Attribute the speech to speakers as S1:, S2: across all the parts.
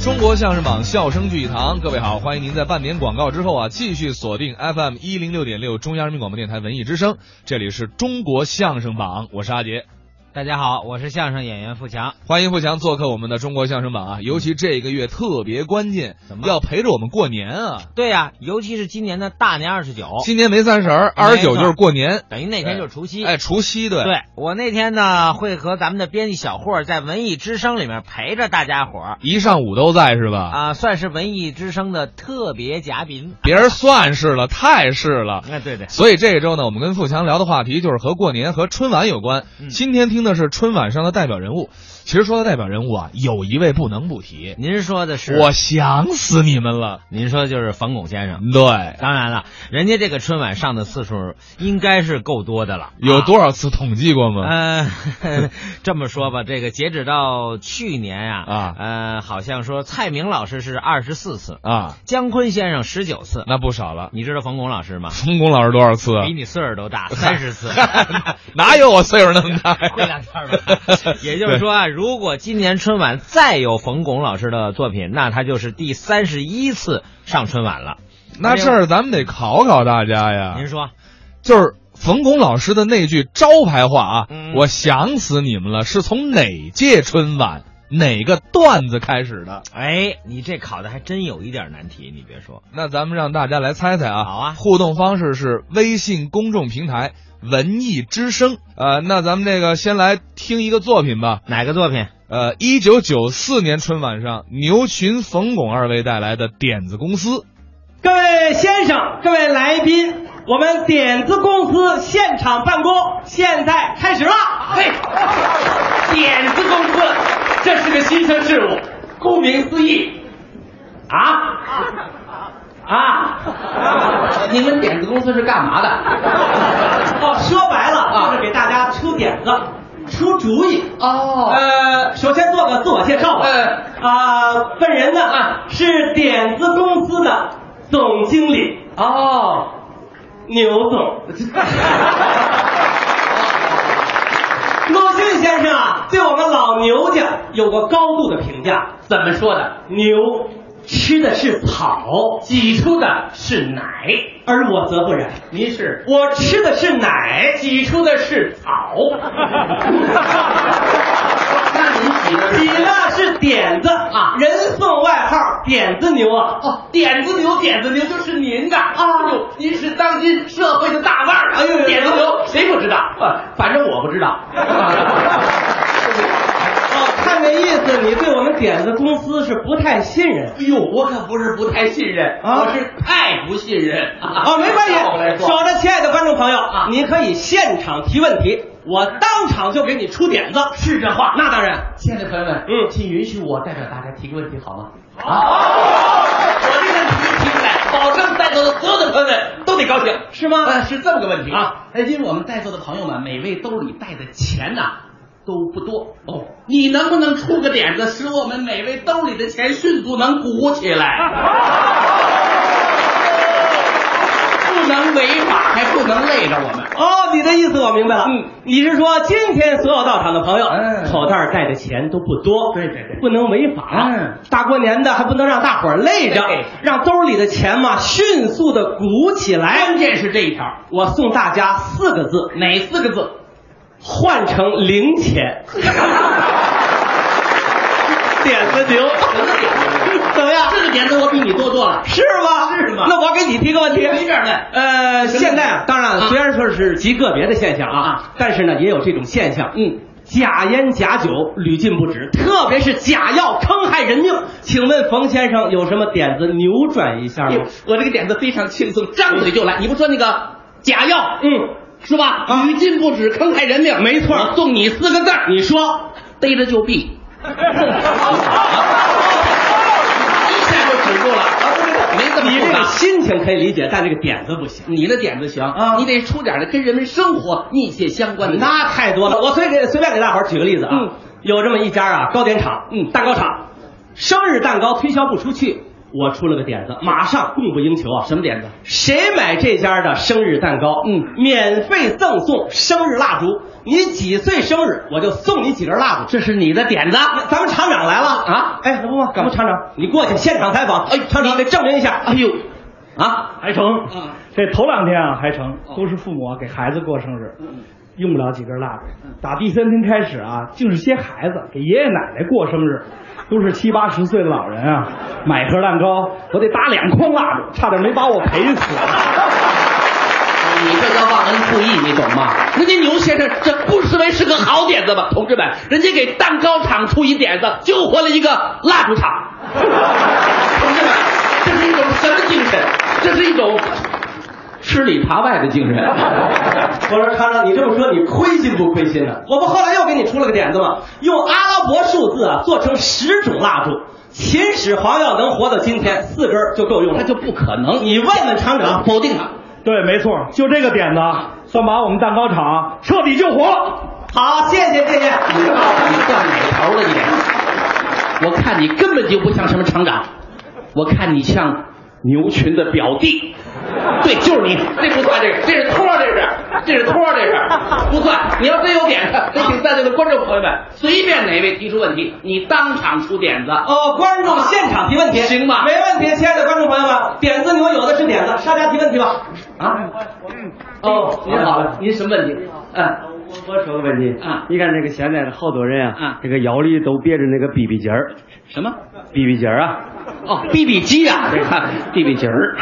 S1: 中国相声榜笑声聚一堂，各位好，欢迎您在半点广告之后啊，继续锁定 FM 一零六点六中央人民广播电台文艺之声，这里是中国相声榜，我是阿杰。
S2: 大家好，我是相声演员付强。
S1: 欢迎富强做客我们的中国相声榜啊！尤其这个月特别关键，
S2: 怎么
S1: 要陪着我们过年啊！
S2: 对呀、尤其是今年的大年二十九，
S1: 今年哦没三十儿，二十九就是过年，
S2: 等于那天就是除夕。
S1: 哎，除夕对，
S2: 对我那天呢，会和咱们的编辑小霍在文艺之声里面陪着大家伙儿
S1: 一上午都在是吧？
S2: 啊、算是文艺之声的特别嘉宾。
S1: 别人算是了，太是了。
S2: 哎、对对，
S1: 所以这一周呢，我们跟富强聊的话题就是和过年和春晚有关。
S2: 嗯
S1: 今天听的是春晚上的代表人物。其实说到代表人物啊，有一位不能不提，
S2: 您说的是
S1: 我，想死你们了。
S2: 您说的就是冯巩先生。
S1: 对，
S2: 当然了，人家这个春晚上的次数应该是够多的了，
S1: 有
S2: 啊
S1: 多少次统计过吗？
S2: 呃， 这么说吧，这个截止到去年啊，
S1: 啊
S2: 呃，好像说蔡明老师是二十四次，
S1: 啊，
S2: 姜昆先生十九次，
S1: 那不少了。
S2: 你知道冯巩老师吗？
S1: 冯巩老师多少次啊
S2: 比？你岁数都大，三十次。
S1: 哪有我岁数那么大呀？
S2: 会两天 吧。也就是说啊，如果今年春晚再有冯巩老师的作品，那他就是第三十一次上春晚了。
S1: 那这儿咱们得考考大家呀
S2: 您，说，
S1: 就是冯巩老师的那句招牌话啊，
S2: 嗯
S1: 我想死你们了，是从哪届春晚哪个段子开始的？
S2: 哎，你这考的还真有一点难题，你别说，
S1: 那咱们让大家来猜猜啊。
S2: 好啊
S1: 互动方式是微信公众平台“文艺之声”。呃，那咱们这个先来听一个作品吧。
S2: 哪个作品？
S1: 呃，一九九四年春晚上，牛群、冯巩二位带来的点子公司。
S3: 各位先生，各位来宾，我们点子公司现场办公，现在开始了。嘿，点子公司，这是个新生事物，顾名思义，啊啊，
S4: 你们点子公司是干嘛的？啊
S3: 哦，说白了就是给大家出点子，出主意。
S4: 哦，
S3: 呃，首先做个自我介绍吧。
S4: 嗯
S3: 啊，本人呢啊是点子公司的总经理
S4: 哦，
S3: 牛 总。鲁迅先生啊，对我们老牛家有过高度的评价。
S4: 怎么说的？
S3: 牛吃的是草，
S4: 挤出的是奶，
S3: 而我则不然，
S4: 您是
S3: 我吃的是奶。
S4: 挤出的是 草。那您挤的
S3: 你那是点子
S4: 啊
S3: 人送外号“点子牛”啊。
S4: 哦，点子牛，点子牛就是您的啊！哟，您是当今社会的大腕儿。哎呦，点子牛谁不知道？啊，反正我不知道。
S3: 哦，看这意思，你对我们点子公司是不太信任。
S4: 哎呦，我可不是不太信任，
S3: 啊
S4: 我是太不信任。
S3: 哦，没关
S4: 啊那我来
S3: 系，
S4: 说
S3: 守着亲爱的观众朋友，
S4: 啊
S3: 您可以现场提问题，我当场就给你出点子。
S4: 是这话。
S3: 那当然，
S4: 亲爱的朋友们，
S3: 嗯哦
S4: 请允许我代表大家提个问题好吗？好，我这个提提出来，保证在座的所有的朋友们都得高兴，
S3: 是吗
S4: 呃，是这么个问题
S3: 啊。
S4: 哎，因为我们在座的朋友们，每位兜里带的钱呐、都不多哦，你能不能出个点子，使我们每位兜里的钱迅速能鼓起来？不能违法，还不能累着我们。
S3: 哦，你的意思我明白了。
S4: 嗯，
S3: 你是说今天所有到场的朋友，
S4: 嗯
S3: 口袋带的钱都不多，
S4: 对对对
S3: 不能违法。
S4: 嗯，
S3: 大过年的还不能让大伙儿累着
S4: 对，
S3: 让兜里的钱嘛迅速的鼓起
S4: 关
S3: 来。
S4: 键是这一条，
S3: 我送大家四个字，
S4: 哪四个字？
S3: 换成零 钱。点子牛， 怎么样？
S4: 这个点子我比你多多了。
S3: 是吗？
S4: 是吗
S3: 那我给你提个问题，
S4: 随便问
S3: 呃，现在啊，当然
S4: 啊
S3: 虽然说是极个别的现象啊
S4: 啊，
S3: 但是呢，也有这种现象。
S4: 嗯，
S3: 假烟假酒屡禁不止，特别是假药坑害人命。请问冯先生有什么点子扭转一下吗？
S4: 我这个点子非常轻松，张嘴就来。你不说那个假药，
S3: 嗯，
S4: 是吧？
S3: 啊
S4: 屡禁不止，坑害人命。
S3: 没错
S4: 我送你四个字儿，
S3: 你说
S4: 逮 着就毙。一下就止住了，没这么
S3: 你这
S4: 复
S3: 个
S4: 杂。
S3: 心情可以理解，但这个点子不行。
S4: 你的点子行
S3: 啊
S4: 你得出点儿跟人们生活密切相关的。
S3: 那太多了，我随给随便给大伙儿举个例子啊，
S4: 嗯
S3: 有这么一家啊糕点厂，嗯，蛋糕厂，生日蛋糕推销不出去，我出了个点子，马上供不应求啊！
S4: 什么点子？
S3: 谁买这家的生日蛋糕，
S4: 嗯
S3: 免费赠送生日蜡烛。你几岁生日，我就送你几根蜡烛。
S4: 这是你的点子。
S3: 咱们厂长来了
S4: 啊
S3: 哎，那不吗？咱们厂长，你过去现场采访。
S4: 哎
S3: 厂长得证明一下。
S4: 哎呦，啊，
S5: 还成
S4: 嗯，
S5: 这头两天啊还成
S4: 哦，
S5: 都是父母啊给孩子过生日
S4: 嗯，
S5: 用不了几根蜡烛。
S6: 嗯
S5: 打第三天开始啊，竟是些孩子给爷爷奶奶过生日，都是七八十岁的老人啊，买盒蛋糕，我得搭两筐蜡烛，差点没把我赔死。
S4: 啊你这叫忘恩负义，你懂吗？人家牛先生这不失为是个好点子吧，同志们，人家给蛋糕厂出一点子，救活了一个蜡烛厂。同志们，这是一种什么精神？这是一种吃里扒外的精神。
S3: 我说厂长，你这么说你亏心不亏心呢、我不后来又给你出了个点子吗？用阿拉伯数字啊做成十种蜡烛。秦始皇要能活到今天，四根儿就够用了。
S4: 那就不可能，
S3: 你问问厂长，
S4: 否定他。
S5: 对，没错，就这个点子啊，算把我们蛋糕厂彻底救活了。
S6: 啊
S3: 好，谢谢谢谢。
S4: 你到底断哪头了你？我看你根本就不像什么厂长，我看你像牛群的表弟。对，就是你，这不算这个，这是托儿，这是，这是托儿，这 是不算。你要真有点子，得请在座的观众朋友们，随便哪位提出问题，你当场出点子。
S3: 哦，观众现场提问题，
S4: 行吧
S3: 没问题，亲爱的观众朋友们，点子牛有的是点子，大家提问题吧。
S4: 啊，哦，您好，您什么问题？嗯，
S6: 我说个问题
S4: 啊
S6: 你看这个现在的好多人
S4: 啊
S6: 啊，这个腰里都别着那个 BB 筋儿
S4: 什么？
S6: ，BB 筋儿啊，
S4: 哦，BB 机呀，这看 BB 筋儿。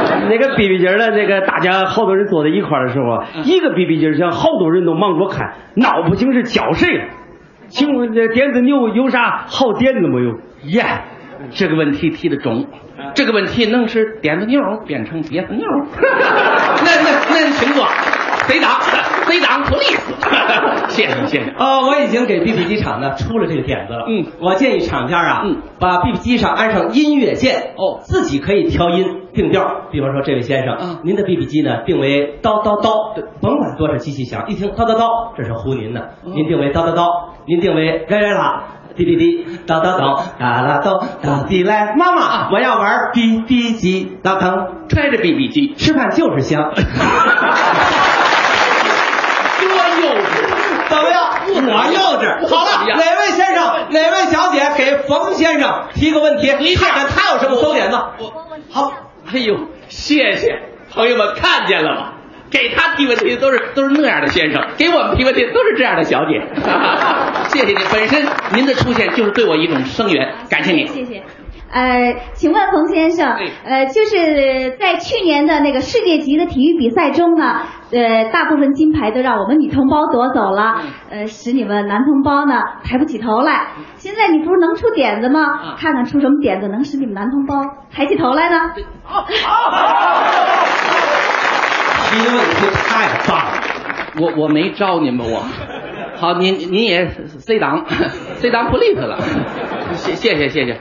S6: 那个 BB 筋儿的那个大家好多人坐在一块儿的时候啊，
S5: 嗯
S6: 一个 BB 筋儿上好多人都忙着看，闹不清是叫谁了。请问这点子牛有啥好点子没有？
S4: 耶、这个问题提的中， 这个问题弄是点子妞儿变成 别子妞儿，那那那情况，贼党贼党 police，谢 谢谢谢。
S3: 哦，我已经给 BB 机厂呢出了这个点子了。
S4: 嗯，
S3: 我建议厂家啊，
S4: 嗯，
S3: 把 BB 机上安上音乐键，
S4: 哦
S3: 自己可以调音定调。比方说，这位先生，
S4: 嗯
S3: 您的 BB 机呢定为叨叨叨，甭管多少机器响，一听叨叨叨，这是呼您呢。
S4: 嗯
S3: 您定为叨叨叨，您定为来来啦。滴滴滴，叨叨叨，
S4: 嗯
S3: 哒啦叨，哒滴来，妈
S4: 啊
S3: 妈，我要玩 BB 机，当当，
S4: 揣着 BB 机，
S3: 吃饭就是 香，
S4: 多幼稚！
S3: 怎么样？我幼稚。好了，
S4: 呀
S3: 哪位先生，哪位小姐给冯先生提个问题，看看他有什么馊点子。好，
S4: 哎呦，谢谢朋友们看见了吗？给他提问题都是都是那样的先生，给我们提问题都是这样的小姐。 谢谢您，本身您的出现就是对我一种声援，感谢哎您。
S7: 谢谢。呃，请问冯先生
S4: 对，
S7: 呃，就是在去年的那个世界级的体育比赛中呢，呃，大部分金牌都让我们女同胞夺走了，
S4: 嗯
S7: 呃，使你们男同胞呢抬不起头来。现在你不是能出点子吗？
S4: 啊
S7: 看看出什么点子能使你们男同胞抬起头来呢？
S3: 提问题太棒了。
S4: 我我没招您吧我。好，您您也 C 档 C 档 police 了，谢谢谢谢谢。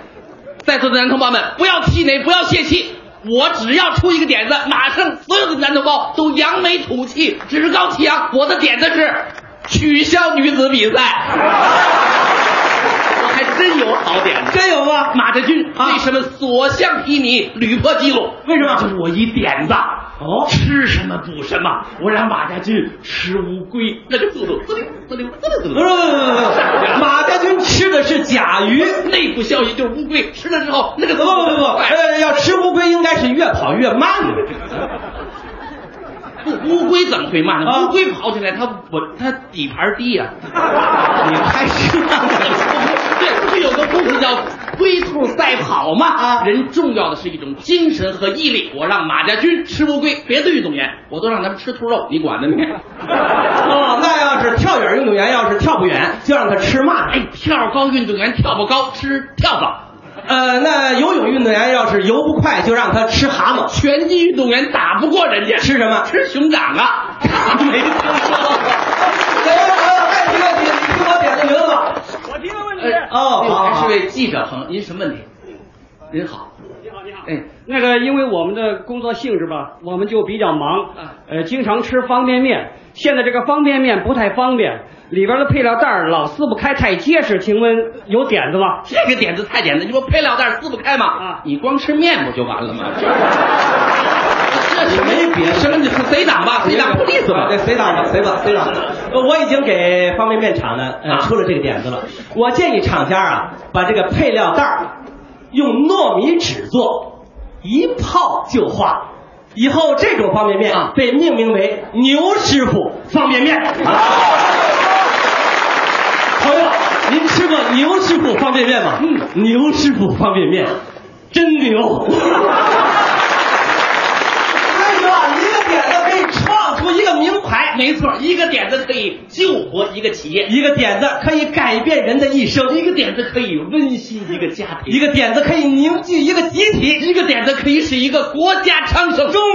S4: 在座的男同胞们，不要气馁，不要泄气。我只要出一个点子，马上所有的男同胞都扬眉吐气，趾高气扬。我的点子是取消女子比赛。我还真有好点子，
S3: 真有吗？啊
S4: 马德军为什么所向披靡，屡破纪录？
S3: 为什么
S4: 就是我一点子。
S3: 哦，
S4: 吃什么补什么，我让马家军吃乌龟，那个速度滋溜滋溜滋溜
S3: 不
S4: 滋
S3: 是不
S4: 溜。
S3: 是不是不是，马家军吃的是甲鱼。
S4: 内部消息就是乌龟吃了之后，那个
S3: 不不不不，
S4: 哎
S3: 呃，要吃乌龟应该是越跑越慢的。
S4: 不乌龟怎么会慢呢？
S3: 啊
S4: 乌龟跑起来它稳，它底盘低 呀、
S3: 你开始
S4: 对，不是有个故事叫龟兔赛跑吗？
S3: 啊
S4: 人重要的是一种精神和毅力。我让马家军吃乌龟，别的运动员我都让他们吃兔肉，你 管得没？
S3: 哦，那要是跳远运动员要是跳不远，就让他吃蚂
S4: 哎，跳高运动员跳不高，吃跳蚤。
S3: 呃，那游泳运动员要是游不快，就让他吃蛤蟆。
S4: 拳击运动员打不过人家，
S3: 吃什么
S4: 吃熊掌啊！ 没听说过。
S3: 来来来，爱提问题，你听我点的名字。
S5: 我提个问
S4: 呃，
S3: 哦好好
S4: 还是位记者朋友，您什么问题？您好，哎
S5: 那个因为我们的工作性质吧，我们就比较忙
S4: 啊，
S5: 呃，经常吃方便面。现在这个方便面不太方便，里边的配料袋儿老撕不开，太结实。请问有点子吗？
S4: 这个点子太简单，你说配料袋撕不开吗？
S5: 啊
S4: 你光吃面不就完了 吗？这这什么别什么？你是贼党吧？贼党不利索
S3: 啊
S4: 吧？
S3: 对，谁打吧，谁吧，谁打。呃我已经给方便面厂呢、呃
S4: 啊
S3: 出了这个点子了。我建议厂家啊，把这个配料袋儿用糯米纸做，一泡就化。以后这种方便面
S4: 啊
S3: 被命名为牛师傅方便面。啊朋友，您吃过牛师傅方便面吗？嗯，牛师傅方便面真 牛。所以说啊，一个点子可以创出一个名牌，
S4: 哎没错，一个点子可以救活一个企业，
S3: 一个点子可以改变人的一生，
S4: 一个点子可以温馨一个家庭，
S3: 一个点子可以凝聚一个集体，
S4: 一个点子可以使一个国家昌盛。
S3: 中啊
S4: 啊